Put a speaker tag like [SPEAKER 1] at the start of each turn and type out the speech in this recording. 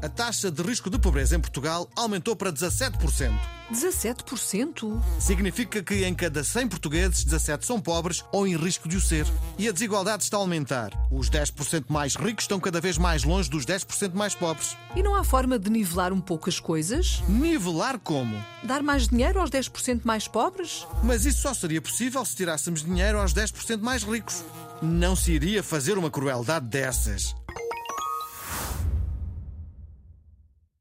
[SPEAKER 1] a taxa de risco de pobreza em Portugal aumentou para 17%.
[SPEAKER 2] 17%?
[SPEAKER 1] Significa que em cada 100 portugueses, 17 são pobres ou em risco de o ser. E a desigualdade está a aumentar. Os 10% mais ricos estão cada vez mais longe dos 10% mais pobres.
[SPEAKER 2] E não há forma de nivelar um pouco as coisas?
[SPEAKER 1] Nivelar como?
[SPEAKER 2] Dar mais dinheiro aos 10% mais pobres?
[SPEAKER 1] Mas isso só seria possível se tirássemos dinheiro aos 10% mais ricos. Não se iria fazer uma crueldade dessas.